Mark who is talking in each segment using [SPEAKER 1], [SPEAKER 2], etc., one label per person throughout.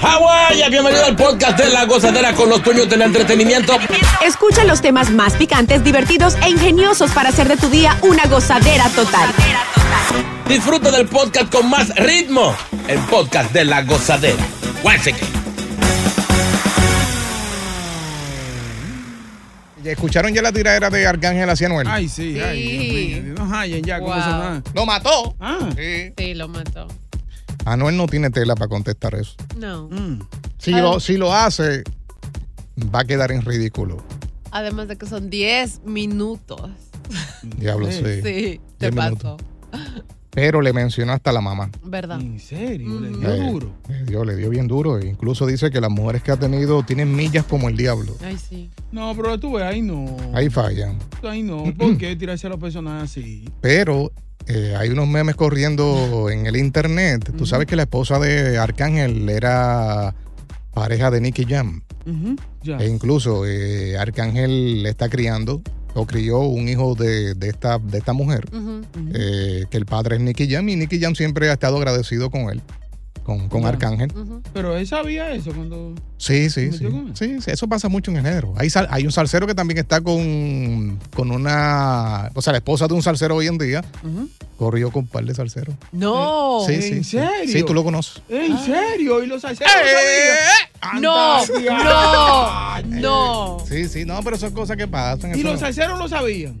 [SPEAKER 1] Hawái, bienvenido al podcast de La Gozadera con los tuños del entretenimiento.
[SPEAKER 2] Escucha los temas más picantes, divertidos e ingeniosos para hacer de tu día una gozadera total.
[SPEAKER 1] Disfruta del podcast con más ritmo. El podcast de La Gozadera. Guáchate.
[SPEAKER 3] ¿Ya ¿Escucharon ya la tiradera de Arcángel hacia Anuel?
[SPEAKER 4] Ay, sí, ay. Dios mío. No hallen ya, ¿cómo
[SPEAKER 5] Wow.
[SPEAKER 4] se llama?
[SPEAKER 3] ¡Lo mató!
[SPEAKER 4] Ah,
[SPEAKER 3] Sí.
[SPEAKER 5] Sí, lo mató.
[SPEAKER 3] Anuel no tiene tela para contestar eso.
[SPEAKER 5] No.
[SPEAKER 4] mm.
[SPEAKER 3] Si, lo, si lo hace, va a quedar en ridículo.
[SPEAKER 5] Además de que son 10 minutos.
[SPEAKER 3] Diablo,
[SPEAKER 4] Sí.
[SPEAKER 3] sí.
[SPEAKER 5] Sí, te
[SPEAKER 3] Diez
[SPEAKER 5] pasó.
[SPEAKER 3] minutos. Pero le mencionó hasta la mamá.
[SPEAKER 5] ¿Verdad?
[SPEAKER 4] ¿En serio? Le
[SPEAKER 3] Eh,
[SPEAKER 4] dio duro.
[SPEAKER 3] Le dio, le dio bien duro. E incluso dice que las mujeres que ha tenido tienen millas como el diablo.
[SPEAKER 5] Ay, sí.
[SPEAKER 4] No, pero tú ves, ahí no.
[SPEAKER 3] Ahí fallan.
[SPEAKER 4] Ahí no. ¿Por qué tirarse a los personajes así?
[SPEAKER 3] Pero eh, hay unos memes corriendo en el internet. Tú sabes que la esposa de Arcángel era pareja de Nicky Jam.
[SPEAKER 4] Ujú, Ya.
[SPEAKER 3] E incluso eh, Arcángel le está criando o crió un hijo de, de esta, de esta mujer,
[SPEAKER 5] Ujú.
[SPEAKER 4] Ujú.
[SPEAKER 3] eh, que el padre es Nicky Jam y Nicky Jam siempre ha estado agradecido con él, con, con
[SPEAKER 4] Ya.
[SPEAKER 3] Arcángel.
[SPEAKER 5] Ujú.
[SPEAKER 4] Pero él sabía eso cuando.
[SPEAKER 3] Sí, sí,
[SPEAKER 4] ¿Me
[SPEAKER 3] sí.
[SPEAKER 4] metió con él?
[SPEAKER 3] sí. sí, Eso pasa mucho en el género. Hay, sal- hay un salsero que también está con, con una... O sea, la esposa de un salsero hoy en día
[SPEAKER 4] Ujú. ¿Oh,
[SPEAKER 3] corrió con un par de salseros.
[SPEAKER 5] No.
[SPEAKER 3] sí,
[SPEAKER 4] ¿en
[SPEAKER 3] sí, sí.
[SPEAKER 4] serio?
[SPEAKER 3] Sí, tú lo conoces. ¡Eh,
[SPEAKER 4] ¿En serio? ¿Y los salseros
[SPEAKER 5] No,
[SPEAKER 4] Ah. no sabían?
[SPEAKER 5] no,
[SPEAKER 4] Anda.
[SPEAKER 5] no.
[SPEAKER 3] Sí, sí, no, pero son cosas que pasan.
[SPEAKER 4] ¿Y
[SPEAKER 3] eso
[SPEAKER 4] los
[SPEAKER 3] no-
[SPEAKER 4] salseros lo sabían?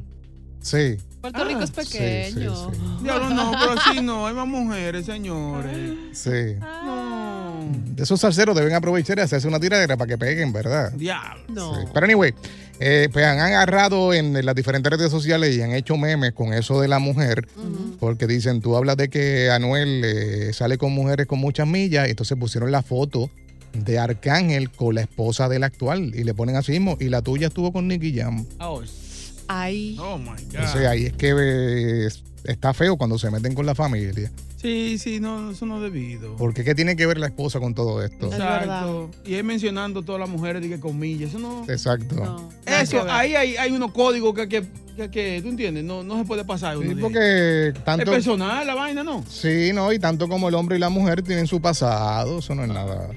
[SPEAKER 3] Sí.
[SPEAKER 5] Puerto Rico es
[SPEAKER 3] sí, sí,
[SPEAKER 5] pequeño.
[SPEAKER 3] sí.
[SPEAKER 4] Diablo, no, pero sí, no. Ah. Hay más mujeres, señores.
[SPEAKER 3] Sí.
[SPEAKER 4] No.
[SPEAKER 3] De esos salseros deben aprovechar y hacerse una tiradera para que peguen, ¿verdad?
[SPEAKER 4] Diablo.
[SPEAKER 5] No.
[SPEAKER 3] Sí. Pero anyway, eh, pues han agarrado en las diferentes redes sociales y han hecho memes con eso de la mujer,
[SPEAKER 5] Ujú.
[SPEAKER 3] porque dicen, tú hablas de que Anuel eh, sale con mujeres con muchas millas, entonces pusieron la foto de Arcángel con la esposa del actual y le ponen así mismo, y la tuya estuvo con Nicky Jam.
[SPEAKER 4] Oh,
[SPEAKER 5] Ay,
[SPEAKER 4] oh my God.
[SPEAKER 3] Entonces ahí es que eh, está feo cuando se meten con la familia.
[SPEAKER 4] Sí, sí, no, eso no es debido.
[SPEAKER 3] Porque ¿qué tiene que ver la esposa con todo esto?
[SPEAKER 5] Es
[SPEAKER 4] Exacto. Y él mencionando todas las mujeres, dije comillas. Eso no.
[SPEAKER 3] Exacto.
[SPEAKER 5] no. nada
[SPEAKER 4] Eso,
[SPEAKER 5] que ver.
[SPEAKER 4] ahí hay, hay unos códigos que, que, que, que, eh, ¿tú entiendes? No, no se puede pasar. uno de
[SPEAKER 3] Sí,
[SPEAKER 4] ahí.
[SPEAKER 3] porque
[SPEAKER 4] Es
[SPEAKER 3] tanto...
[SPEAKER 4] personal la vaina, ¿no?
[SPEAKER 3] Sí, no, y tanto como el hombre y la mujer tienen su pasado, eso no es nada.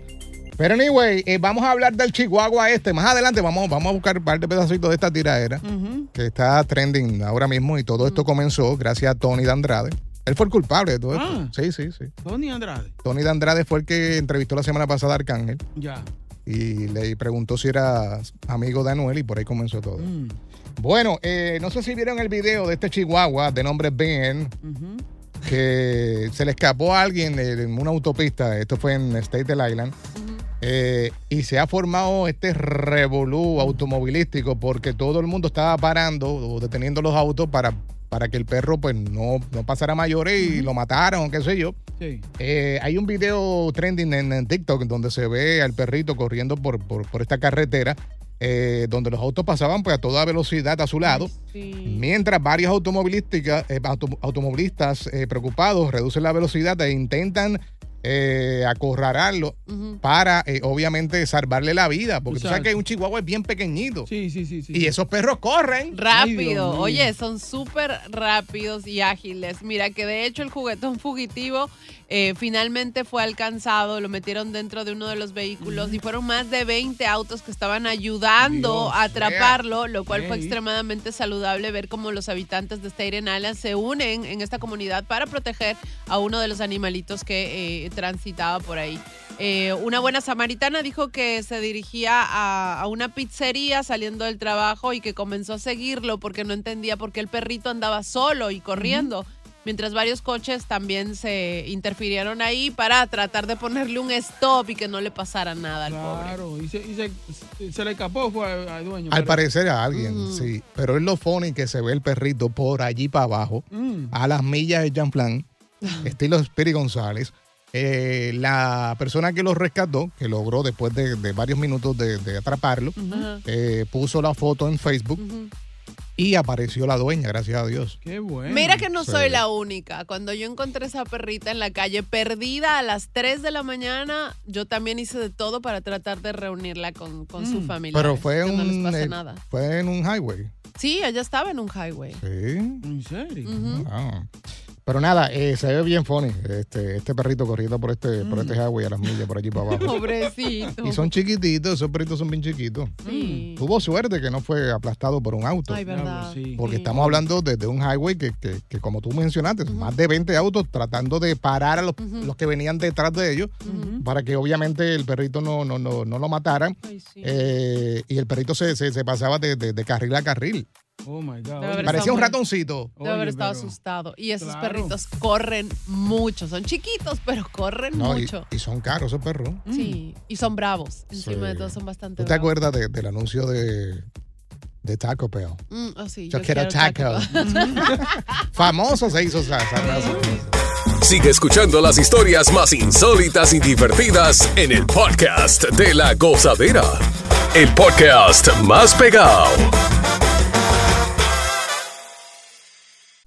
[SPEAKER 3] Pero anyway, eh, vamos a hablar del Chihuahua este. Más adelante vamos, vamos a buscar un par de pedacitos de esta tiradera
[SPEAKER 4] Ujú.
[SPEAKER 3] que está trending ahora mismo y todo esto comenzó gracias a Tony de Andrade. Él fue el culpable de todo
[SPEAKER 4] Ah.
[SPEAKER 3] esto. Sí, sí, sí.
[SPEAKER 4] Tony Andrade.
[SPEAKER 3] Tony de Andrade fue el que entrevistó la semana pasada a Arcángel
[SPEAKER 4] Ya.
[SPEAKER 3] y le preguntó si era amigo de Anuel y por ahí comenzó todo.
[SPEAKER 4] Mm.
[SPEAKER 3] Bueno, eh, no sé si vieron el video de este Chihuahua de nombre Ben
[SPEAKER 4] Ujú.
[SPEAKER 3] que se le escapó a alguien en una autopista, esto fue en Staten Island, eh, y se ha formado este revolú automovilístico porque todo el mundo estaba parando o deteniendo los autos para, para que el perro pues no, no pasara a mayores y lo mataron, qué sé yo.
[SPEAKER 4] Sí.
[SPEAKER 3] Eh, hay un video trending en, en TikTok donde se ve al perrito corriendo por, por- por esta carretera. eh, donde los autos pasaban pues a toda velocidad a su lado, mientras varios automovilística- eh, auto- automovilistas eh, preocupados reducen la velocidad e intentan eh, acorralarlo para eh, obviamente salvarle la vida, porque tú sabes
[SPEAKER 5] Exacto.
[SPEAKER 3] que un chihuahua es bien pequeñito. Y esos perros corren.
[SPEAKER 5] Rápido, oye, son súper rápidos y ágiles. Mira que de hecho el juguetón fugitivo eh, finalmente fue alcanzado, lo metieron dentro de uno de los vehículos y fueron más de 20 autos que estaban ayudando
[SPEAKER 6] Dios,
[SPEAKER 5] a atraparlo,
[SPEAKER 6] vea.
[SPEAKER 5] lo cual fue
[SPEAKER 6] Ey.
[SPEAKER 5] extremadamente saludable ver cómo los habitantes de Staten Island se unen en esta comunidad para proteger a uno de los animalitos que eh, transitaba por ahí. Eh, una buena samaritana dijo que se dirigía a, a una pizzería saliendo del trabajo y que comenzó a seguirlo porque no entendía por qué el perrito andaba solo y corriendo. Mientras varios coches también se interfirieron ahí para tratar de ponerle un stop y que no le pasara nada al
[SPEAKER 4] Claro, y se, y se- se le escapó fue al- al dueño.
[SPEAKER 3] Al
[SPEAKER 4] parece.
[SPEAKER 3] parecer a alguien,
[SPEAKER 5] Mm.
[SPEAKER 3] sí. Pero es lo funny que se ve el perrito por allí para abajo,
[SPEAKER 4] Mm.
[SPEAKER 3] a las millas de Jean estilo Spiri González. Eh, la persona que lo rescató, que logró después de, de varios minutos de, de atraparlo,
[SPEAKER 5] Ujú.
[SPEAKER 3] eh, puso la foto en Facebook y apareció la dueña, gracias a Dios.
[SPEAKER 4] Qué bueno.
[SPEAKER 5] Mira que no
[SPEAKER 3] Sí.
[SPEAKER 5] soy la única. Cuando yo encontré esa perrita en la calle perdida a las 3 de la mañana, yo también hice de todo para tratar de reunirla con, con su familia.
[SPEAKER 3] Mm, Pero fue,
[SPEAKER 5] no les
[SPEAKER 3] un,
[SPEAKER 5] pasa
[SPEAKER 3] eh,
[SPEAKER 5] nada.
[SPEAKER 3] fue en un highway.
[SPEAKER 5] Sí, ella estaba en un highway.
[SPEAKER 3] Sí. ¿En
[SPEAKER 4] serio?
[SPEAKER 3] Ah. Pero nada, eh, se ve bien funny este, este perrito corriendo por este, por
[SPEAKER 5] Mm.
[SPEAKER 3] este highway a las millas por allí para abajo.
[SPEAKER 5] Pobrecito.
[SPEAKER 3] Y son Mm, chiquititos, esos perritos son bien chiquitos.
[SPEAKER 5] Sí.
[SPEAKER 3] Tuvo suerte que no fue aplastado por un auto.
[SPEAKER 5] Ay, verdad.
[SPEAKER 3] Porque estamos hablando desde un highway que, que- que como tú mencionaste, más de 20 autos tratando de parar a los, los que venían detrás de ellos para que obviamente el perrito no, no, no, no lo mataran. Eh, y el perrito se, se- se pasaba de, de- de carril a carril.
[SPEAKER 4] Oh my God.
[SPEAKER 5] Debe haber
[SPEAKER 3] Parecía
[SPEAKER 5] estado
[SPEAKER 3] un
[SPEAKER 5] muy-
[SPEAKER 3] ratoncito.
[SPEAKER 5] Debe haber estado asustado. Y esos
[SPEAKER 4] Claro.
[SPEAKER 5] perritos corren mucho. Son chiquitos, pero corren
[SPEAKER 3] No, y,
[SPEAKER 5] mucho.
[SPEAKER 3] y son caros esos perros.
[SPEAKER 5] Sí. Y son bravos. Encima
[SPEAKER 3] Sí.
[SPEAKER 5] de todo, son bastante
[SPEAKER 3] ¿Tú te
[SPEAKER 5] bravos.
[SPEAKER 3] acuerdas de- del anuncio de, de Taco Bell?
[SPEAKER 5] Mm, oh, sí,
[SPEAKER 3] Yo quiero Taco Famoso se hizo esa, esa frase.
[SPEAKER 7] Sigue escuchando las historias más insólitas y divertidas en el podcast de la gozadera. El podcast más pegado.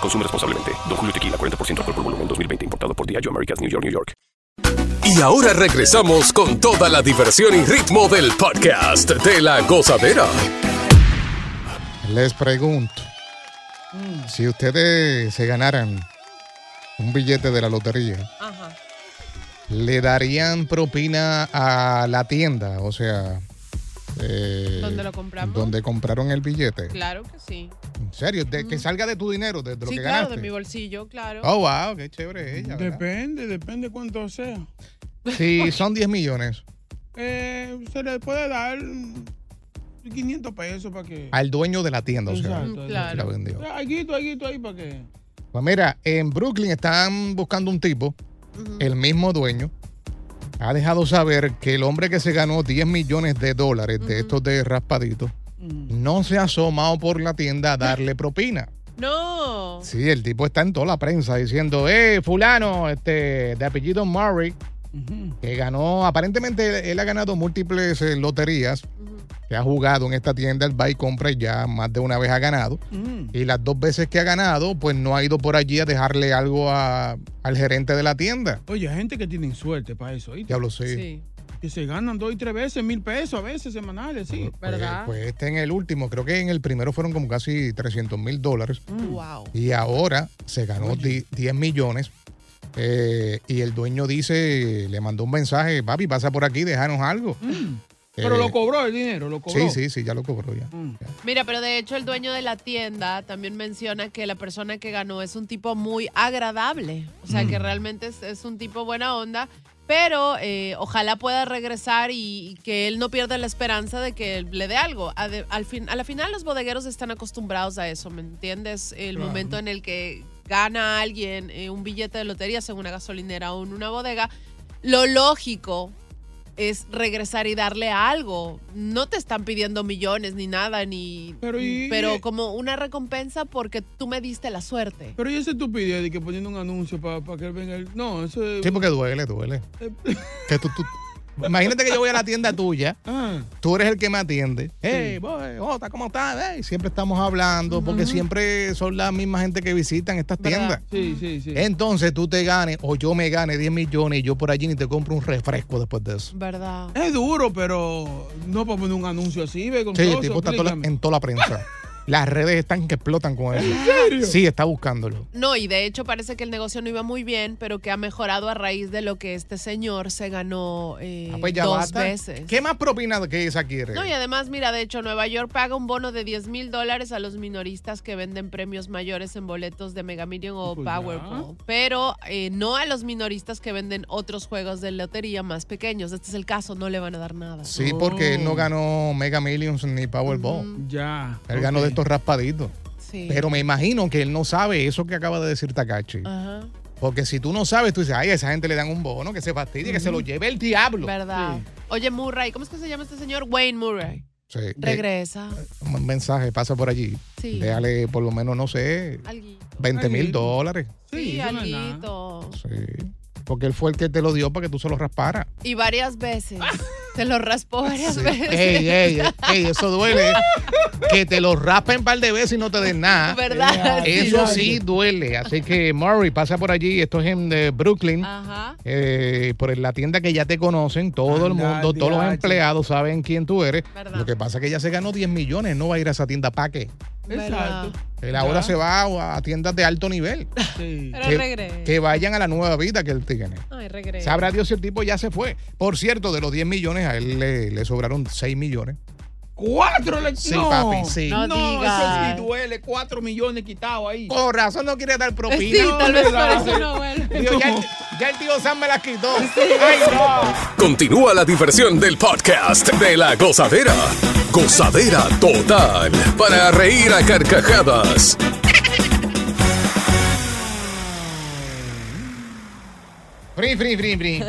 [SPEAKER 8] Consume responsablemente. Don Julio Tequila, 40% alcohol por volumen, 2020. Importado por Diageo Americas, New York, New York.
[SPEAKER 7] Y ahora regresamos con toda la diversión y ritmo del podcast de la gozadera.
[SPEAKER 3] Les pregunto,
[SPEAKER 5] Mm.
[SPEAKER 3] si ustedes se ganaran un billete de la lotería,
[SPEAKER 5] Ajá.
[SPEAKER 3] ¿le darían propina a la tienda? O sea, eh,
[SPEAKER 5] ¿Dónde lo compramos?
[SPEAKER 3] donde compraron el billete.
[SPEAKER 5] Claro que sí. Mm.
[SPEAKER 3] En serio, de, que salga de tu dinero, de, de lo
[SPEAKER 5] Sí,
[SPEAKER 3] que
[SPEAKER 5] claro,
[SPEAKER 3] ganaste.
[SPEAKER 5] de mi bolsillo, claro.
[SPEAKER 3] Oh, wow, qué chévere ella. ¿verdad?
[SPEAKER 4] Depende, depende cuánto sea.
[SPEAKER 3] Si son 10 millones,
[SPEAKER 4] Eh, se le puede dar mm, 500 pesos para que.
[SPEAKER 3] al dueño de la tienda, o sea,
[SPEAKER 5] Mm,
[SPEAKER 4] Exacto, Ah,
[SPEAKER 3] que la vendió.
[SPEAKER 4] Alguito, alguito ahí para que.
[SPEAKER 3] Pues mira, en Brooklyn están buscando un tipo, el mismo dueño, ha dejado saber que el hombre que se ganó 10 millones de dólares de estos de raspadito, no se ha asomado por la tienda a darle propina.
[SPEAKER 5] No.
[SPEAKER 3] Sí, el tipo está en toda la prensa diciendo, eh, fulano, este, de apellido Murray, que ganó, aparentemente él ha ganado múltiples eh, loterías, que ha jugado en esta tienda, el va y compra y ya más de una vez ha ganado.
[SPEAKER 4] Mm.
[SPEAKER 3] Y las dos veces que ha ganado, pues no ha ido por allí a dejarle algo a- al gerente de la tienda.
[SPEAKER 4] Oye, hay gente que tienen suerte para eso. ¿oíste?
[SPEAKER 3] Diablo, sí.
[SPEAKER 4] Sí. que se ganan dos y tres veces mil pesos a veces semanales, sí, ¿verdad?
[SPEAKER 3] Pues este en el último, creo que en el primero fueron como casi 300 mil dólares.
[SPEAKER 4] Wow.
[SPEAKER 3] Y ahora se ganó di- 10 millones. eh, y el dueño dice, le mandó un mensaje, papi, pasa por aquí, déjanos algo.
[SPEAKER 4] Mm. Pero
[SPEAKER 3] Eh,
[SPEAKER 4] lo cobró el dinero, lo cobró.
[SPEAKER 3] Sí, sí, sí, ya lo cobró ya.
[SPEAKER 5] Mira, pero de hecho el dueño de la tienda también menciona que la persona que ganó es un tipo muy agradable, o sea
[SPEAKER 3] Mm.
[SPEAKER 5] que realmente es, es un tipo buena onda, pero eh, ojalá pueda regresar y, y que él no pierda la esperanza de que le dé algo. A, de- al fin, a la final los bodegueros están acostumbrados a eso, ¿me entiendes? El
[SPEAKER 6] Claro.
[SPEAKER 5] momento en el que gana alguien eh, un billete de lotería, sea en una gasolinera o en una bodega, lo lógico es regresar y darle algo. No te están pidiendo millones ni nada, ni. Pero,
[SPEAKER 4] y- eh,
[SPEAKER 5] como una recompensa porque tú me diste la suerte.
[SPEAKER 4] Pero y esa estupidez de que poniendo un anuncio para que él venga. el- No, eso es.
[SPEAKER 3] Sí, porque duele, duele. Que tú- tú- Imagínate que yo voy a la tienda tuya,
[SPEAKER 4] Ah.
[SPEAKER 3] tú eres el que me atiende. Hey, boy, Jota, ¿cómo estás? Hey, siempre estamos hablando, porque siempre son la misma gente que visitan estas tiendas.
[SPEAKER 4] Sí, sí, sí.
[SPEAKER 3] Entonces tú te ganes, o yo me gane 10 millones y yo por allí ni te compro un refresco después de eso.
[SPEAKER 5] ¿Verdad?
[SPEAKER 4] Es duro, pero no para poner un anuncio así, ve con
[SPEAKER 3] Sí, el
[SPEAKER 4] todo
[SPEAKER 3] tipo
[SPEAKER 4] eso,
[SPEAKER 3] está toda la-
[SPEAKER 4] explícame.
[SPEAKER 3] en toda la prensa. Las redes están que explotan con él.
[SPEAKER 5] ¿En serio?
[SPEAKER 3] Sí, está buscándolo.
[SPEAKER 5] No, y de hecho parece que el negocio no iba muy bien, pero que ha mejorado a raíz de lo que este señor se ganó eh,
[SPEAKER 3] Ah, pues ya
[SPEAKER 5] dos
[SPEAKER 3] basta.
[SPEAKER 5] veces.
[SPEAKER 3] ¿Qué más propina que esa quiere?
[SPEAKER 5] No, y además, mira, de hecho, Nueva York paga un bono de 10 mil dólares a los minoristas que venden premios mayores en boletos de Mega Million o
[SPEAKER 6] Pues ya.
[SPEAKER 5] Powerball, pero eh, no a los minoristas que venden otros juegos de lotería más pequeños. Este es el caso, no le van a dar nada.
[SPEAKER 3] Sí, porque él no ganó Mega Millions ni Powerball.
[SPEAKER 5] Mm.
[SPEAKER 4] Ya.
[SPEAKER 3] Él ganó de estos raspaditos.
[SPEAKER 5] Sí.
[SPEAKER 3] Pero me imagino que él no sabe eso que acaba de decir Takachi.
[SPEAKER 5] Ajá.
[SPEAKER 3] Porque si tú no sabes, tú dices, ay, a esa gente le dan un bono, que se fastidie, que se lo lleve el diablo.
[SPEAKER 5] ¿Verdad? Oye, Murray, ¿cómo es que se llama este señor? Wayne Murray.
[SPEAKER 3] Sí. Eh,
[SPEAKER 5] Regresa.
[SPEAKER 3] un mensaje, pasa por allí.
[SPEAKER 5] Sí.
[SPEAKER 3] Déjale por lo menos, no sé,
[SPEAKER 5] Alguito.
[SPEAKER 3] 20 mil dólares.
[SPEAKER 5] Sí, alguito.
[SPEAKER 3] Porque él fue el que te lo dio para que tú se lo rasparas.
[SPEAKER 5] Y varias veces.
[SPEAKER 3] Ah.
[SPEAKER 5] Se lo raspó varias veces.
[SPEAKER 3] Ey, ey, ey, eso duele. que te lo raspen un par de veces y no te den nada.
[SPEAKER 5] ¿Verdad?
[SPEAKER 3] Eso
[SPEAKER 5] Sí,
[SPEAKER 3] sí duele. Así que, Murray, pasa por allí. Esto es en eh, Brooklyn.
[SPEAKER 5] Ajá.
[SPEAKER 3] eh, por la tienda que ya te conocen, todo el
[SPEAKER 4] Anda,
[SPEAKER 3] mundo, todos los
[SPEAKER 4] diache.
[SPEAKER 3] empleados saben quién tú eres. Lo que pasa es que ya se ganó 10 millones, no va a ir a esa tienda para qué.
[SPEAKER 4] Exacto.
[SPEAKER 3] Él ahora
[SPEAKER 4] Ya.
[SPEAKER 3] se va a tiendas de alto nivel.
[SPEAKER 4] Sí.
[SPEAKER 3] Que, que vayan a la nueva vida que él tiene.
[SPEAKER 5] Ay, regresa.
[SPEAKER 3] Sabrá Dios si el tipo ya se fue. Por cierto, de los 10 millones a él le, le sobraron 6 millones.
[SPEAKER 4] Cuatro le
[SPEAKER 3] Sí,
[SPEAKER 4] no.
[SPEAKER 3] papi, sí.
[SPEAKER 4] No,
[SPEAKER 3] No
[SPEAKER 4] eso
[SPEAKER 3] digas.
[SPEAKER 4] sí duele. Cuatro millones quitados ahí.
[SPEAKER 3] Con razón no quiere dar propina.
[SPEAKER 4] Sí, tal vez por eso
[SPEAKER 5] no vuelve.
[SPEAKER 3] Digo, ya, el- ya el tío Sam me las quitó. Ay, no.
[SPEAKER 7] Continúa la diversión del podcast de la gozadera. Gozadera total para reír a carcajadas.
[SPEAKER 3] Frin, frin, frin, frin.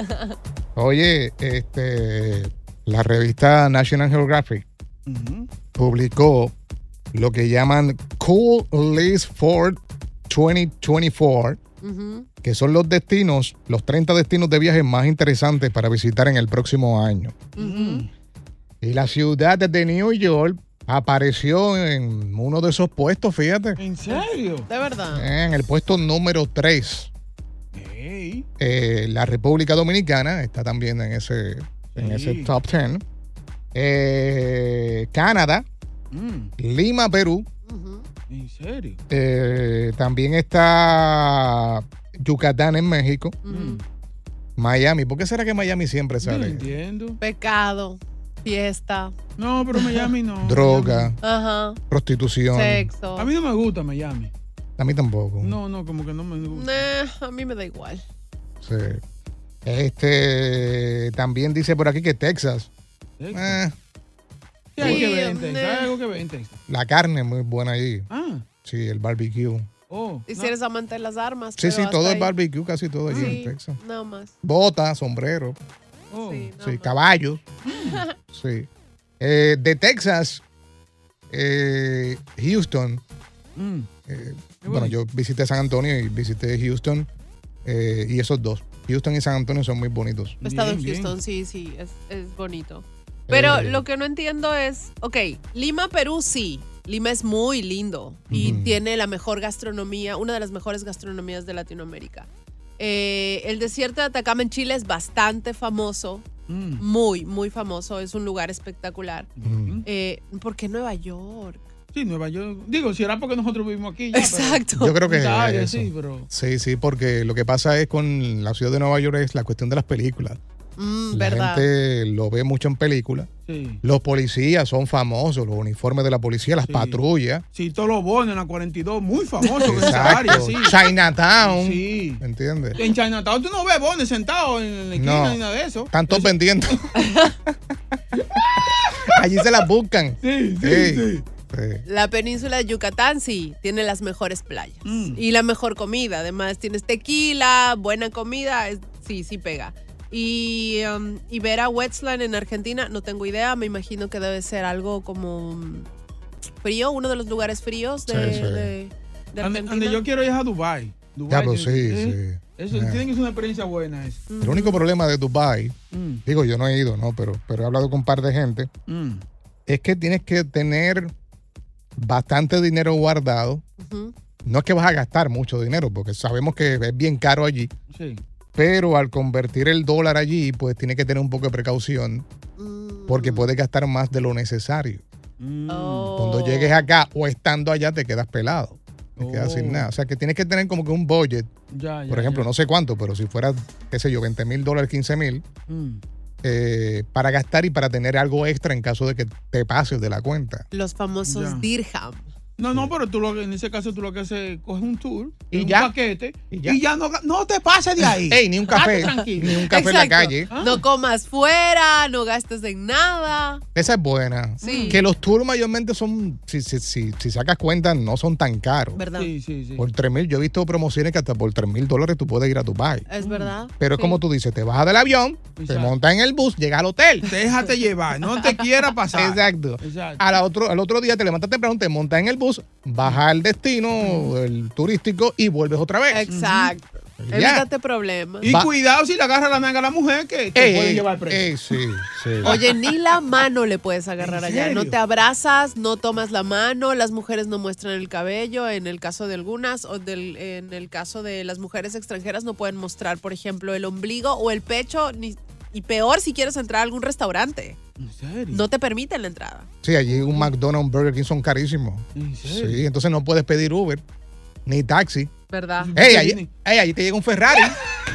[SPEAKER 3] Oye, este, la revista National Geographic publicó lo que llaman Cool List for 2024,
[SPEAKER 5] Ujú.
[SPEAKER 3] que son los destinos, los 30 destinos de viajes más interesantes para visitar en el próximo año.
[SPEAKER 5] Ujú.
[SPEAKER 3] Y la ciudad de New York apareció en uno de esos puestos, fíjate.
[SPEAKER 4] ¿En serio? De
[SPEAKER 5] verdad.
[SPEAKER 3] En el puesto número 3. Eh, la República Dominicana está también en ese, en ese top 10. Eh, Canadá,
[SPEAKER 4] Mm.
[SPEAKER 3] Lima, Perú.
[SPEAKER 4] ¿En serio?
[SPEAKER 3] eh, también está Yucatán en México.
[SPEAKER 4] Mm,
[SPEAKER 5] Mm.
[SPEAKER 3] Miami. ¿Por qué será que Miami siempre
[SPEAKER 4] Yo no
[SPEAKER 3] Mm, sale?
[SPEAKER 4] entiendo.
[SPEAKER 5] Pecado. Fiesta.
[SPEAKER 4] No, pero Miami no.
[SPEAKER 3] Droga,
[SPEAKER 5] Ajá.
[SPEAKER 3] prostitución.
[SPEAKER 5] Sexo.
[SPEAKER 4] A mí no me gusta Miami.
[SPEAKER 3] A mí tampoco.
[SPEAKER 4] No, no, como que no me gusta.
[SPEAKER 5] Nah, a mí me da igual.
[SPEAKER 3] Sí. Este también dice por aquí que Texas. Eh,
[SPEAKER 4] ¿Qué hay que ver en
[SPEAKER 5] Sí,
[SPEAKER 4] Texas?
[SPEAKER 5] nah.
[SPEAKER 4] ¿Hay algo que ver en Texas?
[SPEAKER 3] la carne es muy buena allí.
[SPEAKER 4] Ah.
[SPEAKER 3] Sí, el barbecue.
[SPEAKER 4] Oh.
[SPEAKER 5] Y si eres amante de las armas.
[SPEAKER 3] Sí,
[SPEAKER 5] pero
[SPEAKER 3] sí,
[SPEAKER 5] hasta
[SPEAKER 3] todo el
[SPEAKER 5] ahí.
[SPEAKER 3] barbecue, casi todo allí
[SPEAKER 5] Sí,
[SPEAKER 3] en Texas.
[SPEAKER 5] Nada más.
[SPEAKER 3] Botas, sombrero,
[SPEAKER 4] ah, oh,
[SPEAKER 5] Sí, nada
[SPEAKER 3] sí, caballos.
[SPEAKER 5] más.
[SPEAKER 3] Sí. Eh, de Texas, eh, Houston.
[SPEAKER 4] mm,
[SPEAKER 3] Eh, bueno, yo visité San Antonio y visité Houston. eh, y esos dos, Houston y San Antonio, son muy bonitos.
[SPEAKER 5] He estado en Houston, sí, sí, es, es bonito.
[SPEAKER 3] Eh.
[SPEAKER 5] Pero lo que no entiendo es, ok, Lima, Perú sí. Lima es muy lindo y tiene la mejor gastronomía, una de las mejores gastronomías de Latinoamérica. Eh, el desierto de Atacama en Chile es bastante famoso
[SPEAKER 4] mm.
[SPEAKER 5] Muy, muy famoso. Es un lugar espectacular. Eh, ¿Por qué Nueva York?
[SPEAKER 4] Sí, Nueva York. Digo, si era porque nosotros vivimos aquí. ya, pero-
[SPEAKER 3] Yo creo que.
[SPEAKER 4] Ya,
[SPEAKER 3] es
[SPEAKER 4] ya,
[SPEAKER 3] eso.
[SPEAKER 4] sí, pero.
[SPEAKER 3] Sí, sí, porque lo que pasa es con la ciudad de Nueva York es la cuestión de las películas.
[SPEAKER 5] Mm,
[SPEAKER 3] La
[SPEAKER 5] ¿Verdad?
[SPEAKER 3] gente lo ve mucho en películas.
[SPEAKER 4] Sí.
[SPEAKER 3] Los policías son famosos, los uniformes de la policía, las patrullas.
[SPEAKER 4] Sí, Tolo Bono en la 42, muy famoso en esa área,
[SPEAKER 3] Exacto.
[SPEAKER 4] sí.
[SPEAKER 3] Chinatown.
[SPEAKER 4] Sí.
[SPEAKER 3] ¿Me entiendes?
[SPEAKER 4] En Chinatown tú no ves Bono sentado en la esquina
[SPEAKER 3] No.
[SPEAKER 4] ni nada de eso.
[SPEAKER 3] Están todos vendiendo. Allí se las buscan.
[SPEAKER 4] Sí,
[SPEAKER 3] sí. sí.
[SPEAKER 5] La península de Yucatán sí tiene las mejores playas
[SPEAKER 4] Mm.
[SPEAKER 5] y la mejor comida. Además, tienes tequila, buena comida, es- sí, sí pega. Y, um, y ver a Wetland en Argentina, no tengo idea, me imagino que debe ser algo como mm, frío, uno de los lugares fríos de,
[SPEAKER 4] Sí, sí.
[SPEAKER 5] de- de
[SPEAKER 4] Donde,
[SPEAKER 5] Argentina.
[SPEAKER 4] donde yo quiero ir es a Dubai. Dubai
[SPEAKER 3] Diablo,
[SPEAKER 4] tiene-
[SPEAKER 3] pues, sí,
[SPEAKER 4] ¿eh? Eso
[SPEAKER 3] Ya.
[SPEAKER 4] tiene que ser una experiencia buena esa.
[SPEAKER 3] El único problema de Dubai,
[SPEAKER 4] Mm.
[SPEAKER 3] digo, yo no he ido, ¿no? Pero, pero he hablado con un par de gente,
[SPEAKER 4] Mm.
[SPEAKER 3] es que tienes que tener bastante dinero guardado.
[SPEAKER 5] Ujú.
[SPEAKER 3] No es que vas a gastar mucho dinero, porque sabemos que es bien caro allí.
[SPEAKER 4] Sí.
[SPEAKER 3] Pero al convertir el dólar allí, pues tienes que tener un poco de precaución, porque
[SPEAKER 4] Mm.
[SPEAKER 3] pues, puedes gastar más de lo necesario.
[SPEAKER 5] Mm. Oh.
[SPEAKER 4] Oh.
[SPEAKER 3] Cuando llegues acá o estando allá, te quedas pelado. Te quedas sin nada. O sea que tienes que tener como que un budget.
[SPEAKER 4] Ya, Oh. ya,
[SPEAKER 3] Por ejemplo,
[SPEAKER 4] ya.
[SPEAKER 3] no sé cuánto, pero si fuera, qué sé yo, 20 mil dólares, 15 mil,
[SPEAKER 4] Mm.
[SPEAKER 3] eh, para gastar y para tener algo extra en caso de que te pases de la cuenta.
[SPEAKER 5] Los famosos
[SPEAKER 4] Ya.
[SPEAKER 5] dirham.
[SPEAKER 4] No, no, pero tú lo que- en ese caso tú lo que haces es coges un tour,
[SPEAKER 3] Y
[SPEAKER 4] un
[SPEAKER 3] ya.
[SPEAKER 4] paquete, y
[SPEAKER 3] ya.
[SPEAKER 4] ya, no, no te pases de ahí.
[SPEAKER 3] Ey, ni un café,
[SPEAKER 4] Date tranquilo.
[SPEAKER 3] ni un café en la
[SPEAKER 5] Exacto.
[SPEAKER 3] calle.
[SPEAKER 4] Ah.
[SPEAKER 5] No comas fuera, no gastes en nada.
[SPEAKER 3] Esa es buena.
[SPEAKER 5] Sí.
[SPEAKER 3] Que los tours mayormente son, si, si, si, si sacas cuenta, no son tan caros.
[SPEAKER 5] ¿Verdad?
[SPEAKER 4] Sí, sí, sí.
[SPEAKER 3] Por 3 mil, yo he visto promociones que hasta por 3 mil dólares tú puedes ir a Dubai.
[SPEAKER 4] Mm.
[SPEAKER 5] Es verdad.
[SPEAKER 3] Pero es como tú dices, te bajas del avión, te montas en el bus, llegas al hotel.
[SPEAKER 4] Déjate llevar, no te quieras pasar.
[SPEAKER 3] Exacto.
[SPEAKER 4] Exacto.
[SPEAKER 3] Al otro, al otro día te levantas temprano, te montas en el bus, bajas al destino el turístico y vuelves otra vez.
[SPEAKER 5] Exacto.
[SPEAKER 3] Ya.
[SPEAKER 5] Evítate problemas.
[SPEAKER 4] Y cuidado si le agarra la nalga a la mujer que te
[SPEAKER 3] Ey,
[SPEAKER 4] puede
[SPEAKER 3] ey,
[SPEAKER 4] llevar preso.
[SPEAKER 3] ey, Eh, sí, sí.
[SPEAKER 5] Oye, ni la mano le puedes agarrar
[SPEAKER 4] ¿En
[SPEAKER 5] allá. No
[SPEAKER 4] serio?
[SPEAKER 5] te abrazas, no tomas la mano, las mujeres no muestran el cabello, en el caso de algunas, o del- en el caso de las mujeres extranjeras no pueden mostrar, por ejemplo, el ombligo o el pecho, ni- y peor si quieres entrar a algún restaurante. No te permiten la entrada.
[SPEAKER 3] Sí, allí un McDonald's, un Burger King son carísimos. Sí, entonces no puedes pedir Uber ni taxi.
[SPEAKER 5] ¿Verdad?
[SPEAKER 3] Ey, allí, ey, allí te llega un Ferrari.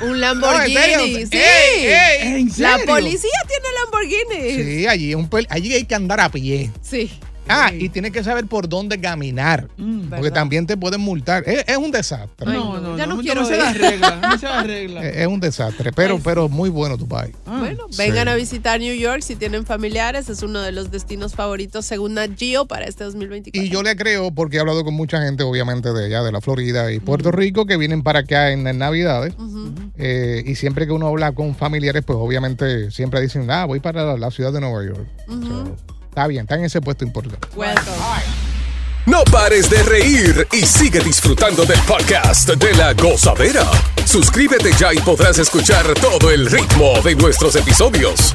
[SPEAKER 5] Un
[SPEAKER 3] No, en
[SPEAKER 5] Lamborghini.
[SPEAKER 3] serio.
[SPEAKER 5] sí.
[SPEAKER 3] Ey, ey, ¿en
[SPEAKER 5] la
[SPEAKER 3] serio?
[SPEAKER 5] policía tiene Lamborghini.
[SPEAKER 3] Sí, allí, es un pel- allí hay que andar a pie.
[SPEAKER 5] Sí.
[SPEAKER 3] Ah, y tienes que saber por dónde caminar. porque también te pueden multar. Es, es un desastre.
[SPEAKER 4] Mm. No, no,
[SPEAKER 5] ya no
[SPEAKER 4] no,
[SPEAKER 5] quiero
[SPEAKER 4] no se las
[SPEAKER 5] ir.
[SPEAKER 4] reglas, no se las reglas.
[SPEAKER 3] Es, es un desastre. Pero, pero muy bueno Dubai.
[SPEAKER 5] Bueno,
[SPEAKER 3] Mm, Sí.
[SPEAKER 5] vengan a visitar New York si tienen familiares. Es uno de los destinos favoritos según Nat Geo para este 2024.
[SPEAKER 3] Y yo le creo porque he hablado con mucha gente, obviamente, de allá, de la Florida y Puerto Rico, que vienen para acá en las Navidades. Eh, y siempre que uno habla con familiares, pues obviamente siempre dicen, ah, voy para la, la ciudad de Nueva York.
[SPEAKER 5] Ujú.
[SPEAKER 3] Está bien, está en ese puesto importante.
[SPEAKER 7] No pares de reír y sigue disfrutando del podcast de la gozadera. Suscríbete ya y podrás escuchar todo el ritmo de nuestros episodios.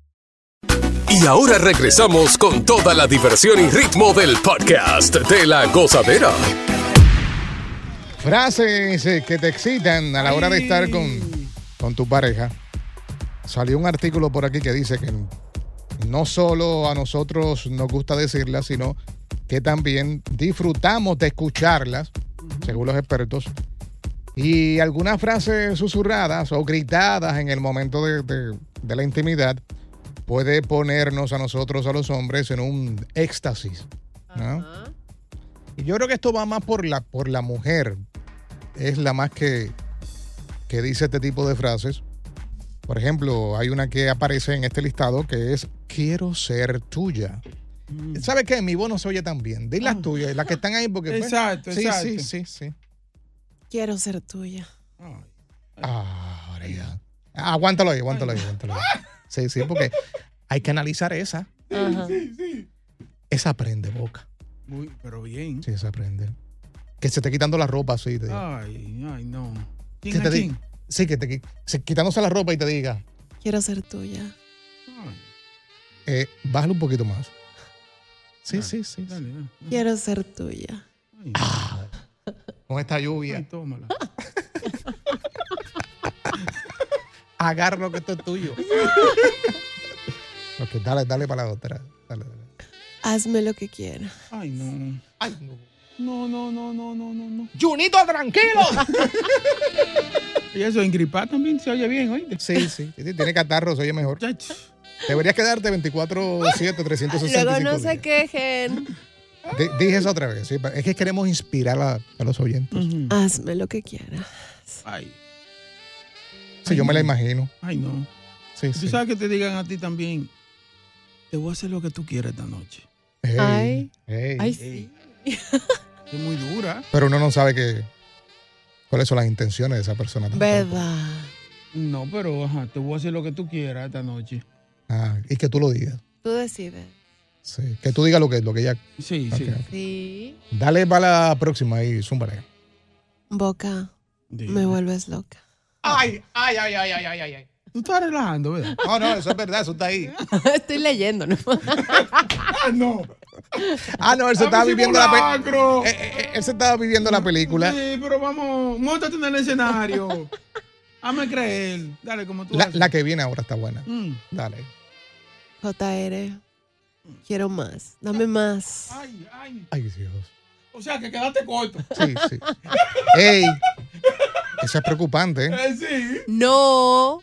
[SPEAKER 7] Y ahora regresamos con toda la diversión y ritmo del podcast de la gozadera.
[SPEAKER 3] Frases eh, que te excitan a la hora de estar con, con tu pareja. Salió un artículo por aquí que dice que no solo a nosotros nos gusta decirlas, sino que también disfrutamos de escucharlas, según los expertos, Y algunas frases susurradas o gritadas en el momento de, de- de la intimidad puede ponernos a nosotros, a los hombres, en un éxtasis. ¿no? Y yo creo que esto va más por la, por la mujer. Es la más que, que dice este tipo de frases. Por ejemplo, hay una que aparece en este listado que es quiero ser tuya.
[SPEAKER 4] Mm.
[SPEAKER 3] ¿Sabes qué? Mi voz no se oye tan bien. Di las tuyas, las que están ahí porque... pues,
[SPEAKER 4] Ah. Exacto,
[SPEAKER 3] sí,
[SPEAKER 4] exacto.
[SPEAKER 3] Sí, sí, sí.
[SPEAKER 6] Quiero ser tuya.
[SPEAKER 3] Ah, ahora ya. Ah, Aguántalo ahí, aguántalo ahí, aguántalo ahí. Sí, sí, porque hay que analizar esa.
[SPEAKER 4] Sí, sí.
[SPEAKER 3] Esa prende boca.
[SPEAKER 4] Muy, pero bien.
[SPEAKER 3] Sí, esa prende. Que se esté quitando la ropa así. Te
[SPEAKER 4] Ah.
[SPEAKER 3] diga.
[SPEAKER 4] Ay, ay, no.
[SPEAKER 3] Que
[SPEAKER 4] ¿Quién
[SPEAKER 3] te
[SPEAKER 4] a
[SPEAKER 3] di-
[SPEAKER 4] quién?
[SPEAKER 3] Sí, que te qui- se- quitándose la ropa y te diga,
[SPEAKER 6] Quiero ser tuya.
[SPEAKER 3] eh, bájalo un poquito más. Sí, sí, sí.
[SPEAKER 6] Quiero ser tuya.
[SPEAKER 3] Ah, Con esta lluvia.
[SPEAKER 4] Ay, tómala.
[SPEAKER 3] Ah. Agarro que esto es tuyo. Ok, dale, dale para la otra. Dale, dale.
[SPEAKER 6] Hazme lo que quieras.
[SPEAKER 4] Ay, no.
[SPEAKER 3] Ay, no.
[SPEAKER 4] No, no, no, no, no, no, no.
[SPEAKER 3] ¡Junito, tranquilo!
[SPEAKER 4] y eso, en gripar también se oye bien, oíste.
[SPEAKER 3] Sí, sí. Sí, sí, Tiene catarro, se oye mejor. Deberías quedarte 24-7, 365
[SPEAKER 6] Luego no se
[SPEAKER 3] días.
[SPEAKER 6] quejen.
[SPEAKER 3] Di- Dije eso otra vez. sí, pa- es que queremos inspirar a, a los oyentes.
[SPEAKER 6] Hazme lo que quieras.
[SPEAKER 4] Ay,
[SPEAKER 3] Sí, yo me la imagino.
[SPEAKER 4] ay, no.
[SPEAKER 3] Sí,
[SPEAKER 4] tú sabes que te digan a ti también, te voy a hacer lo que tú quieras esta noche.
[SPEAKER 3] Ey,
[SPEAKER 4] Ay.
[SPEAKER 3] ey.
[SPEAKER 4] sí. Es muy dura.
[SPEAKER 3] Pero uno no sabe que, cuáles son las intenciones de esa persona. tampoco.
[SPEAKER 6] ¿Verdad?
[SPEAKER 4] No, pero ajá, te voy a hacer lo que tú quieras esta noche.
[SPEAKER 3] Ah, y que tú lo digas.
[SPEAKER 6] Tú decides.
[SPEAKER 3] Sí, que tú digas lo que, lo que ella.
[SPEAKER 4] Sí,
[SPEAKER 3] Ok.
[SPEAKER 6] Sí.
[SPEAKER 3] Dale para la próxima y zúmbale.
[SPEAKER 6] Boca, me vuelves loca.
[SPEAKER 3] Ay, ay, ay, ay, ay, ay, ay.
[SPEAKER 4] Tú estás relajando, ¿verdad?
[SPEAKER 3] No, no, eso es verdad, eso está ahí.
[SPEAKER 6] Estoy leyendo, ¿no?
[SPEAKER 4] ah, no.
[SPEAKER 3] Ah, no, él se
[SPEAKER 4] Ah,
[SPEAKER 3] estaba
[SPEAKER 4] mi
[SPEAKER 3] viviendo la
[SPEAKER 4] simulacro.
[SPEAKER 3] película. eh, Él se estaba viviendo la película.
[SPEAKER 4] Sí, pero vamos, montate en el escenario. Hazme creer. Dale, como tú
[SPEAKER 3] La,
[SPEAKER 4] haces.
[SPEAKER 3] la que viene ahora está buena.
[SPEAKER 4] Mm.
[SPEAKER 3] Dale.
[SPEAKER 6] JR, quiero más. Dame más.
[SPEAKER 4] Ay, ay.
[SPEAKER 3] Ay, Dios.
[SPEAKER 4] O sea, que quedaste corto.
[SPEAKER 3] Sí, sí. ¡Ey! Eso es preocupante. ¿eh?
[SPEAKER 4] Eh, sí.
[SPEAKER 5] No,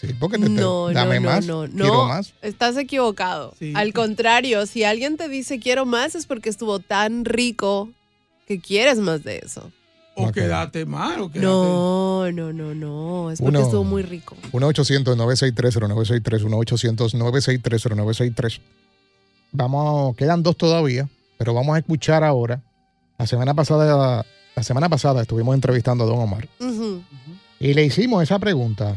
[SPEAKER 3] Sí, porque te, te-
[SPEAKER 5] no,
[SPEAKER 3] dame
[SPEAKER 5] no, no,
[SPEAKER 3] más.
[SPEAKER 5] no,
[SPEAKER 3] Quiero
[SPEAKER 5] no.
[SPEAKER 3] más.
[SPEAKER 5] Estás equivocado. Al contrario, si alguien te dice quiero más es porque estuvo tan rico que quieres más de eso.
[SPEAKER 4] O quedaste mal, o quedaste.
[SPEAKER 5] No, no, no, no. Es porque
[SPEAKER 3] Uno-
[SPEAKER 5] estuvo muy rico.
[SPEAKER 3] 1-800-963-0963. 1-800-963-0963. Vamos, quedan dos todavía, pero vamos a escuchar ahora. La semana pasada, la semana pasada estuvimos entrevistando a Don Omar
[SPEAKER 6] Ujú.
[SPEAKER 3] y le hicimos esa pregunta.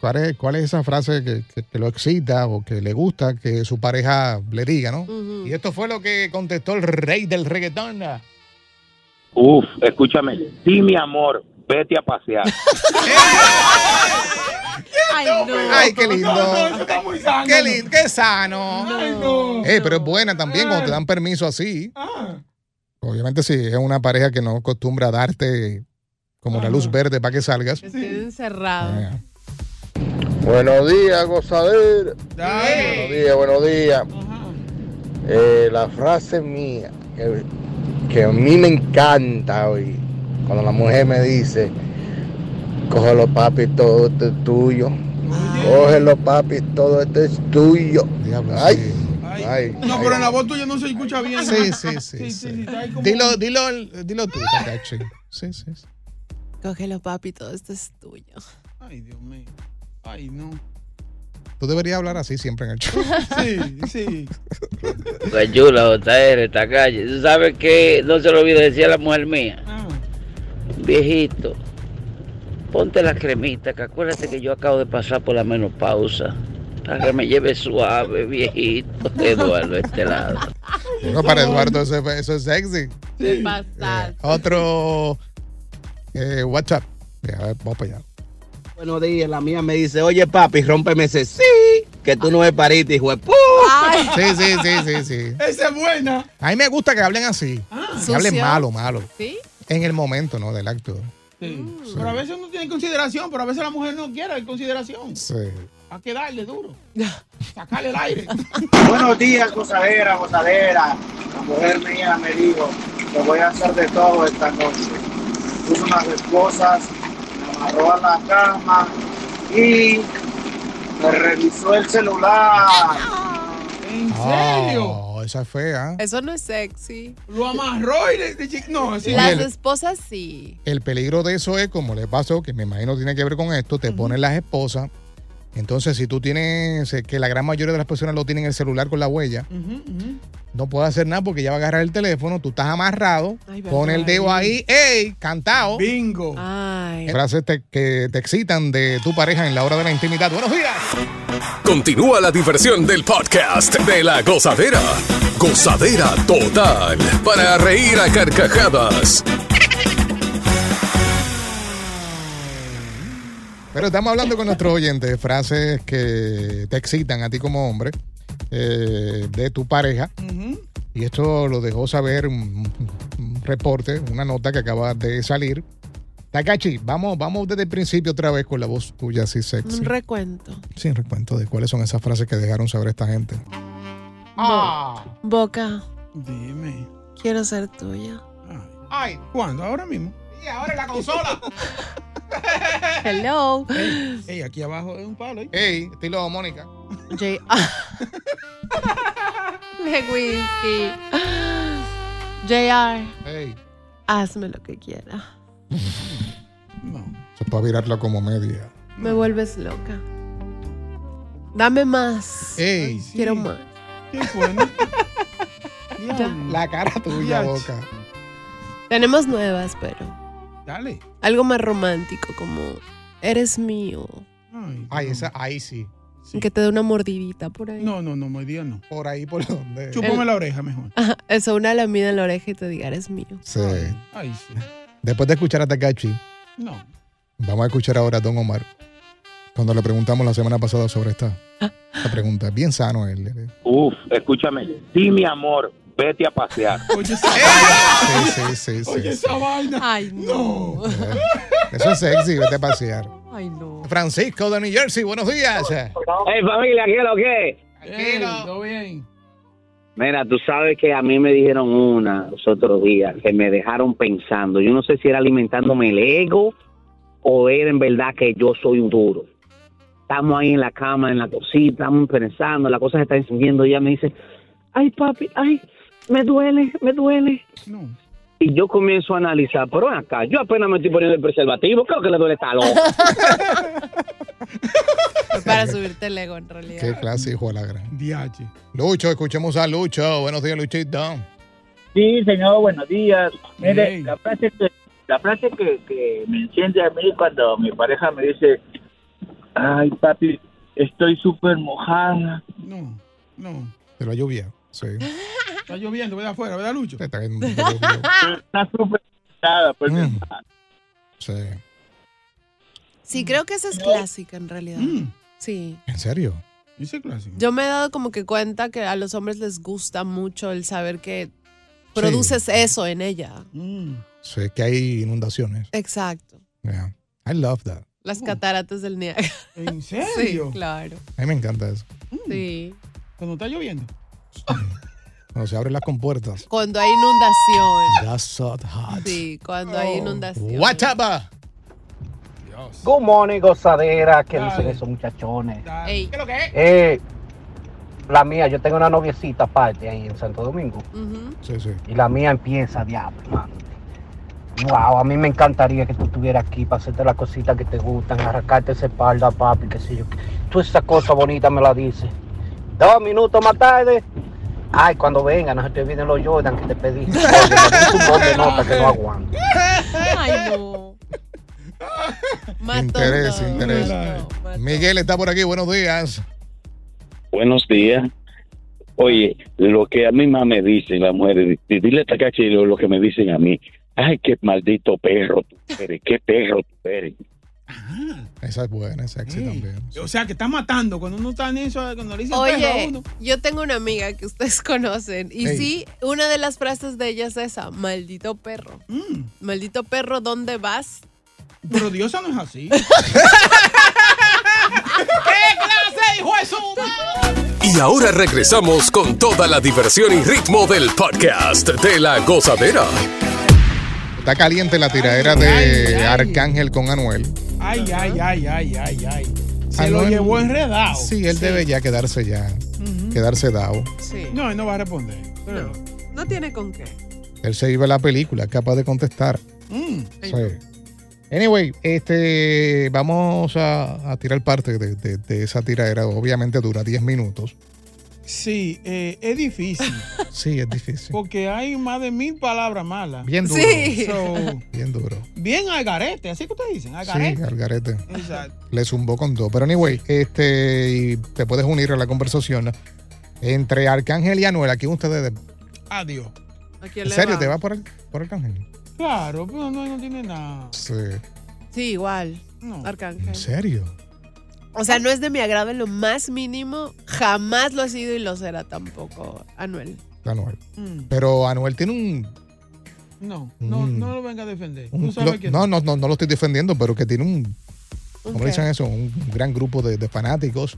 [SPEAKER 3] ¿Cuál es, cuál es esa frase que, que- que lo excita o que le gusta que su pareja le diga, no? Y esto fue lo que contestó el rey del reggaetón.
[SPEAKER 9] Uf, escúchame. Sí, mi amor, vete a pasear.
[SPEAKER 5] Ay,
[SPEAKER 3] Ay, qué lindo. qué lindo, qué sano.
[SPEAKER 4] no.
[SPEAKER 3] Eh, pero es buena también cuando
[SPEAKER 4] Ah.
[SPEAKER 3] te dan permiso así. Obviamente si es una pareja que no acostumbra a darte como la luz verde para que salgas.
[SPEAKER 5] Estoy encerrado.
[SPEAKER 10] Buenos días, gozader. Buenos días, buenos días. Eh, la frase mía que, que a mí me encanta hoy, cuando la mujer me dice, cógelo papi, todo esto es tuyo. Cógelo papi, todo esto es tuyo. Ay, ay.
[SPEAKER 4] No, pero en la voz tuya no se escucha bien.
[SPEAKER 3] Sí, sí, sí, sí.
[SPEAKER 4] está ahí como-
[SPEAKER 3] Dilo, dilo, dilo tú, Takashi. Sí, sí. sí.
[SPEAKER 6] Cógelo, papi, todo esto es tuyo.
[SPEAKER 4] Ay, Dios mío. Ay, no.
[SPEAKER 3] Tú deberías hablar así siempre en el show.
[SPEAKER 4] Sí, sí.
[SPEAKER 11] Pues chula, JR, esta calle. ¿Tú sabes qué? No se lo olvide decía la mujer mía.
[SPEAKER 4] Ah.
[SPEAKER 11] Viejito, ponte la cremita, que acuérdate que yo acabo de pasar por la menopausa. Para que me lleve suave, viejito. Eduardo, este lado.
[SPEAKER 3] No, para Eduardo eso, es- eso es sexy.
[SPEAKER 5] Te pasaste.
[SPEAKER 3] Otro eh, WhatsApp. Ya, a ver, vamos para allá.
[SPEAKER 12] Buenos días, la mía me dice, oye papi, rómpeme ese sí, que tú no me pariste, hijo de pu-".
[SPEAKER 3] Sí, sí, sí, sí, sí.
[SPEAKER 4] Esa es buena.
[SPEAKER 3] A mí me gusta que hablen así. que hablen
[SPEAKER 4] Sucio.
[SPEAKER 3] malo, malo.
[SPEAKER 5] ¿Sí?
[SPEAKER 3] En el momento, ¿no? Del acto.
[SPEAKER 4] Sí.
[SPEAKER 6] Mm.
[SPEAKER 4] Pero a veces no tiene consideración, pero a veces la mujer no quiere consideración.
[SPEAKER 3] Sí.
[SPEAKER 4] Hay que darle duro. Sacarle el aire.
[SPEAKER 13] Buenos días, gozadera, gozadera. La mujer mía me dijo, te voy a hacer de todo esta noche. Tú no
[SPEAKER 14] las esposas, me amarró a la cama y me revisó el celular.
[SPEAKER 4] ¿En serio?
[SPEAKER 3] Oh, esa es fea.
[SPEAKER 5] Eso no es sexy.
[SPEAKER 4] Lo amarró y le, le- le- no, sí.
[SPEAKER 5] Las esposas sí.
[SPEAKER 3] El peligro de eso es, como le pasó, que me imagino tiene que ver con esto, te ponen las esposas. Entonces, si tú tienes, eh, que la gran mayoría de las personas lo tienen el celular con la huella, no puedes hacer nada porque ya va a agarrar el teléfono, tú estás amarrado,
[SPEAKER 4] Ay, verdad.
[SPEAKER 3] pon el dedo ahí, ¡ey!
[SPEAKER 5] Oh.
[SPEAKER 3] Cantado.
[SPEAKER 4] Bingo.
[SPEAKER 5] Ah.
[SPEAKER 3] Frases te- que te excitan de tu pareja en la hora de la intimidad. Buenos días.
[SPEAKER 7] Continúa la diversión del podcast de la gozadera. Gozadera total. Para reír a carcajadas.
[SPEAKER 3] Pero estamos hablando con nuestros oyentes, frases que te excitan a ti como hombre, eh, de tu pareja. Y esto lo dejó saber un, un reporte, una nota que acaba de salir. Takachi, vamos, vamos desde el principio otra vez con la voz tuya así sexy.
[SPEAKER 5] Un recuento.
[SPEAKER 3] Sin recuento de cuáles son esas frases que dejaron saber esta gente.
[SPEAKER 4] Ah.
[SPEAKER 5] Bo- Boca,
[SPEAKER 4] Dime.
[SPEAKER 5] quiero ser tuya.
[SPEAKER 4] Ay, ¿cuándo? Ahora mismo.
[SPEAKER 5] Ah.
[SPEAKER 4] Y ahora la consola.
[SPEAKER 5] Hello.
[SPEAKER 4] Ey, ey, aquí abajo es un palo.
[SPEAKER 3] Ey, estilo Mónica.
[SPEAKER 5] J. De whisky. JR,
[SPEAKER 3] Ey,
[SPEAKER 5] hazme lo que quiera.
[SPEAKER 3] eso es para virarla como media.
[SPEAKER 5] Me vuelves loca. Dame más.
[SPEAKER 3] Ey,
[SPEAKER 5] Quiero más.
[SPEAKER 4] Qué bueno.
[SPEAKER 3] la cara tuya, boca.
[SPEAKER 5] Tenemos nuevas, pero
[SPEAKER 4] Dale.
[SPEAKER 5] algo más romántico, como eres mío.
[SPEAKER 3] Ay,
[SPEAKER 4] Mm.
[SPEAKER 3] esa, ahí sí.
[SPEAKER 5] Que te dé una mordidita por ahí.
[SPEAKER 4] No, no, no, me dio no.
[SPEAKER 3] Por ahí, por donde.
[SPEAKER 4] Chúpame la oreja mejor.
[SPEAKER 5] Ajá, eso, una lamida en la oreja y te diga, eres mío.
[SPEAKER 3] Sí.
[SPEAKER 4] Ay, sí.
[SPEAKER 3] Después de escuchar a Takachi,
[SPEAKER 4] No.
[SPEAKER 3] Vamos a escuchar ahora a Don Omar. Cuando le preguntamos la semana pasada sobre esta, esta pregunta. Bien sano él. eh.
[SPEAKER 15] Uf, escúchame. Sí, mi amor, vete a pasear.
[SPEAKER 4] Oye,
[SPEAKER 3] Sí, sí, sí, sí.
[SPEAKER 4] Oye, esa vaina.
[SPEAKER 5] Ay, no.
[SPEAKER 3] Eso es sexy, vete a pasear.
[SPEAKER 5] Ay, no.
[SPEAKER 3] Francisco de New Jersey, buenos días.
[SPEAKER 16] Hey familia, ¿qué es lo que? es?
[SPEAKER 4] Ey, todo bien.
[SPEAKER 16] Mira, tú sabes que a mí me dijeron una los otros días que me dejaron pensando. Yo no sé si era alimentándome el ego o era en verdad que yo soy un duro. Estamos ahí en la cama, en la cosita, estamos pensando, la cosa se está encendiendo. Y ella me dice, ay papi, ay, me duele, me duele. Y yo comienzo a analizar, pero ven acá, yo apenas me estoy poniendo el preservativo, creo que le duele esta loca.
[SPEAKER 5] Fue para subirte el ego, en realidad.
[SPEAKER 3] Qué clase, hijo de la gran.
[SPEAKER 4] DH.
[SPEAKER 3] Lucho, escuchemos a Lucho. Buenos días, Luchito.
[SPEAKER 17] Sí, señor, buenos días. Mire,
[SPEAKER 3] Bien.
[SPEAKER 17] la frase, que, la frase que, que me enciende a mí cuando mi pareja me dice, ay papi, estoy súper mojada.
[SPEAKER 4] No, no.
[SPEAKER 3] De la lluvia. Sí.
[SPEAKER 4] Está lloviendo, ve de afuera, ¿verdad, Lucho?
[SPEAKER 3] Está
[SPEAKER 17] Está súper mojada. Pues,
[SPEAKER 3] Mm. Sí.
[SPEAKER 5] Sí, creo que esa es clásica, en realidad.
[SPEAKER 3] Mm.
[SPEAKER 5] Sí.
[SPEAKER 3] ¿En serio?
[SPEAKER 4] Mm, Dice clásico.
[SPEAKER 5] Mm. Yo me he dado como que cuenta que a los hombres les gusta mucho el saber que produces eso en ella.
[SPEAKER 4] Mm.
[SPEAKER 3] Sí, que hay inundaciones.
[SPEAKER 5] Exacto.
[SPEAKER 3] Yeah. I love that.
[SPEAKER 5] Las cataratas del Niágara.
[SPEAKER 4] ¿En
[SPEAKER 5] Sí, claro.
[SPEAKER 3] A mí me encanta eso.
[SPEAKER 5] Sí.
[SPEAKER 4] Cuando está lloviendo.
[SPEAKER 3] Cuando se abren las compuertas.
[SPEAKER 5] Cuando hay inundación.
[SPEAKER 3] That's so hot.
[SPEAKER 5] Sí, cuando hay inundación.
[SPEAKER 3] What's Oh. up, ah?
[SPEAKER 18] Good morning, gozadera. ¿Qué dicen esos muchachones?
[SPEAKER 5] Ey.
[SPEAKER 18] Eh, la mía, yo tengo una noviecita aparte ahí en Santo Domingo.
[SPEAKER 5] Ujú.
[SPEAKER 3] Sí, sí.
[SPEAKER 18] Y la mía empieza, diablo, mano. Wow, a mí me encantaría que tú estuvieras aquí para hacerte las cositas que te gustan, arrancarte esa espalda, papi, qué sé yo. Tú esa cosa bonita me la dices. Dos minutos más tarde. Ay, cuando vengan, no se te olviden los Jordan que te pedí. Oye, me das un montón de nota que no aguanto.
[SPEAKER 5] Ay, no.
[SPEAKER 3] Interés, interés. Miguel está por aquí, buenos días.
[SPEAKER 8] Buenos días. Oye, lo que a mí más me dicen las mujeres, di- dile a Takashi lo, lo que me dicen a mí. Ay, qué maldito perro tú eres, qué perro tú eres.
[SPEAKER 3] Esa es buena, es sexy también.
[SPEAKER 4] O sea, que está matando. Cuando uno está en eso, cuando le dicen perro a
[SPEAKER 5] Oye,
[SPEAKER 4] uno.
[SPEAKER 5] yo tengo una amiga que ustedes conocen y
[SPEAKER 4] Ey.
[SPEAKER 5] sí, una de las frases de ella es esa, maldito perro.
[SPEAKER 3] Mm.
[SPEAKER 5] Maldito perro, ¿dónde vas?
[SPEAKER 4] Pero diosa no es así. ¿Qué clase, hijo de su
[SPEAKER 7] Y ahora regresamos con toda la diversión y ritmo del podcast de la gozadera.
[SPEAKER 3] Está caliente la tiradera de Arcángel con Anuel.
[SPEAKER 4] Ay, ay, ay, ay, ay, ay. Se lo llevó enredado.
[SPEAKER 3] Sí, él debe ya quedarse ya, quedarse dado.
[SPEAKER 19] Sí.
[SPEAKER 4] No, no va a responder.
[SPEAKER 19] No, no tiene con qué.
[SPEAKER 3] Él se vive la película, es capaz de contestar.
[SPEAKER 19] Mm.
[SPEAKER 3] Sí. Anyway, este, vamos a, a tirar parte de, de- de esa tiradera. Obviamente dura 10 minutos.
[SPEAKER 4] Sí, eh, es difícil.
[SPEAKER 3] Sí, es difícil.
[SPEAKER 4] Porque hay más de mil palabras malas.
[SPEAKER 3] Bien duro.
[SPEAKER 4] So,
[SPEAKER 3] Bien duro.
[SPEAKER 4] bien al garete, así que ustedes dicen, al garete.
[SPEAKER 3] Sí, al garete.
[SPEAKER 4] Exacto.
[SPEAKER 3] Le zumbó con todo. Pero anyway, este, y te puedes unir a la conversación entre Arcángel y Anuel. Aquí ustedes.
[SPEAKER 4] Adiós.
[SPEAKER 3] ¿En serio te va por, Ar- por Arcángel?
[SPEAKER 4] Claro, pero no, no tiene nada.
[SPEAKER 3] Sí.
[SPEAKER 5] Sí, igual. Arcángel.
[SPEAKER 3] ¿En serio?
[SPEAKER 5] O sea, no es de mi agrado en lo más mínimo. Jamás lo ha sido y lo será tampoco, Anuel.
[SPEAKER 3] Anuel.
[SPEAKER 4] Mm.
[SPEAKER 3] Pero Anuel tiene un
[SPEAKER 4] No, no,
[SPEAKER 3] Mm.
[SPEAKER 4] no lo venga a defender.
[SPEAKER 3] Un-
[SPEAKER 4] Tú sabes
[SPEAKER 3] lo-
[SPEAKER 4] que
[SPEAKER 3] no, no, no, no lo estoy defendiendo, pero que tiene un,
[SPEAKER 4] ¿Un
[SPEAKER 3] ¿cómo
[SPEAKER 4] qué?
[SPEAKER 3] le dicen eso? Un gran grupo de, de fanáticos.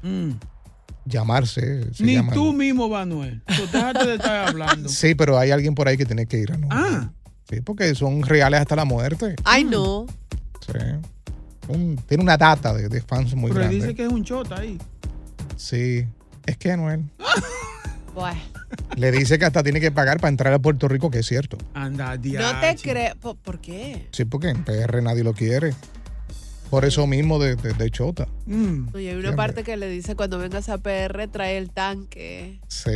[SPEAKER 3] Llamarse, se
[SPEAKER 4] Mm. Ni
[SPEAKER 3] llaman.
[SPEAKER 4] tú mismo, Manuel. Tú déjate de estar hablando.
[SPEAKER 3] Sí, pero hay alguien por ahí que tiene que ir a no.
[SPEAKER 4] Ah.
[SPEAKER 3] Sí, porque son reales hasta la muerte.
[SPEAKER 5] Ay, no.
[SPEAKER 3] Sí. Un- tiene una data de, de fans muy
[SPEAKER 4] Pero él
[SPEAKER 3] grande.
[SPEAKER 4] dice que es un chota ahí.
[SPEAKER 3] Sí. Es que Anuel
[SPEAKER 5] Bueno.
[SPEAKER 3] le dice que hasta tiene que pagar para entrar a Puerto Rico, que es cierto.
[SPEAKER 4] Anda,
[SPEAKER 5] No te creo. ¿Por, por qué?
[SPEAKER 3] Sí, porque en PR nadie lo quiere. Por eso mismo de, de- de Chota.
[SPEAKER 4] Mm.
[SPEAKER 5] No, y hay una
[SPEAKER 3] Siempre.
[SPEAKER 5] parte que le dice cuando vengas a PR trae el tanque. Ah,
[SPEAKER 3] Sí.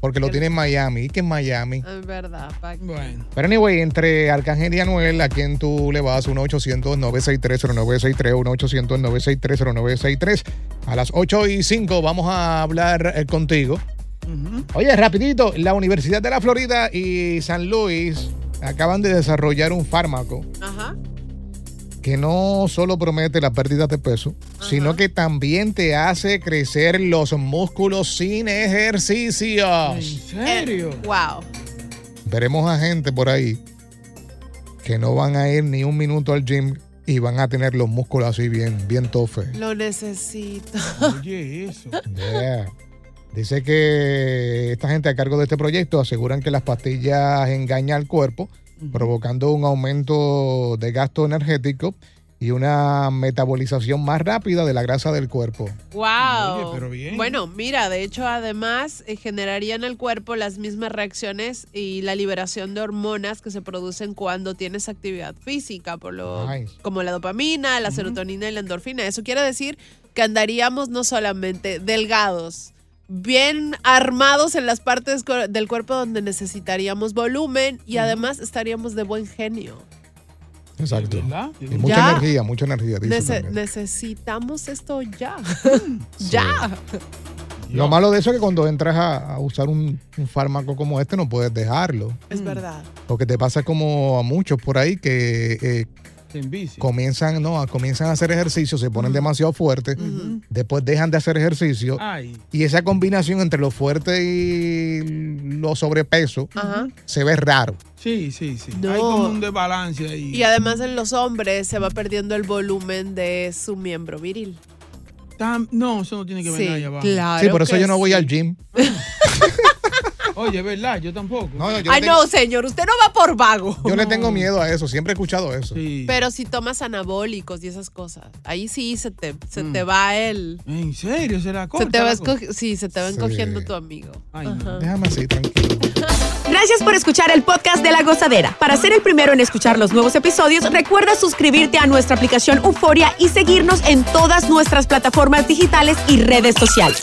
[SPEAKER 3] Porque lo tiene en Miami. Y que en Miami.
[SPEAKER 5] Es verdad, Pac.
[SPEAKER 4] Bueno.
[SPEAKER 3] Pero anyway, entre Arcángel y Anuel, ¿a quién tú le vas? 1-800-963-0963, 1-800-963-0963. A las 8 y 5 vamos a hablar eh, contigo. Oye, rapidito, la Universidad de la Florida y San Luis acaban de desarrollar un fármaco
[SPEAKER 5] Ajá.
[SPEAKER 3] que no solo promete la pérdida de peso, sino que también te hace crecer los músculos sin ejercicios.
[SPEAKER 4] serio?
[SPEAKER 5] wow.
[SPEAKER 3] Veremos a gente por ahí que no van a ir ni un minuto al gym y van a tener los músculos así bien, bien tofe.
[SPEAKER 5] Lo necesito.
[SPEAKER 3] Eh.
[SPEAKER 4] Oye, eso.
[SPEAKER 3] Yeah. Dice que esta gente a cargo de este proyecto aseguran que las pastillas engañan al cuerpo, provocando un aumento de gasto energético y una metabolización más rápida de la grasa del cuerpo.
[SPEAKER 5] Wow.
[SPEAKER 4] Oye, pero bien.
[SPEAKER 5] Bueno, mira, de hecho, además eh, generaría en el cuerpo las mismas reacciones y la liberación de hormonas que se producen cuando tienes actividad física, por lo
[SPEAKER 3] Nice.
[SPEAKER 5] como la dopamina, la serotonina y la endorfina. Eso quiere decir que andaríamos no solamente delgados, bien armados en las partes co- del cuerpo donde necesitaríamos volumen y además estaríamos de buen genio.
[SPEAKER 3] Exacto. Y
[SPEAKER 4] Ya.
[SPEAKER 3] mucha energía, mucha energía. dice
[SPEAKER 5] Nece-
[SPEAKER 3] también.
[SPEAKER 5] necesitamos esto ya. ya.
[SPEAKER 3] Lo malo de eso es que cuando entras a, a usar un, un fármaco como este no puedes dejarlo.
[SPEAKER 4] Mm.
[SPEAKER 5] Es verdad.
[SPEAKER 3] Lo que te pasa es como a muchos por ahí que eh,
[SPEAKER 4] Te envicia.
[SPEAKER 3] comienzan, no, comienzan a hacer ejercicio, se ponen demasiado fuertes, después dejan de hacer ejercicio
[SPEAKER 4] Ay.
[SPEAKER 3] y esa combinación entre lo fuerte y lo sobrepeso se ve raro.
[SPEAKER 4] Sí, sí, sí.
[SPEAKER 5] No.
[SPEAKER 4] Hay como un desbalance ahí.
[SPEAKER 5] Y además en los hombres se va perdiendo el volumen de su miembro viril.
[SPEAKER 4] Tam- no, eso no tiene que ver
[SPEAKER 5] Sí,
[SPEAKER 4] nada allá abajo.
[SPEAKER 5] claro
[SPEAKER 3] sí, por eso yo no voy al gym.
[SPEAKER 4] Oye, ¿verdad? Yo tampoco.
[SPEAKER 3] no, yo
[SPEAKER 5] Ay,
[SPEAKER 3] tengo-
[SPEAKER 5] no, señor, usted no va por vago.
[SPEAKER 3] Yo le tengo miedo a eso, siempre he escuchado eso.
[SPEAKER 5] Pero si tomas anabólicos y esas cosas, ahí sí se te, se
[SPEAKER 3] Mm.
[SPEAKER 5] te va el...
[SPEAKER 4] ¿En serio? ¿Será cosa?
[SPEAKER 5] Se te va
[SPEAKER 4] loco?
[SPEAKER 5] escogi- sí, se te va
[SPEAKER 4] Sí.
[SPEAKER 5] encogiendo tu amigo. Ajá.
[SPEAKER 3] Déjame así, tranquilo.
[SPEAKER 16] Gracias por escuchar el podcast de La Gozadera. Para ser el primero en escuchar los nuevos episodios, recuerda suscribirte a nuestra aplicación Euforia y seguirnos en todas nuestras plataformas digitales y redes sociales.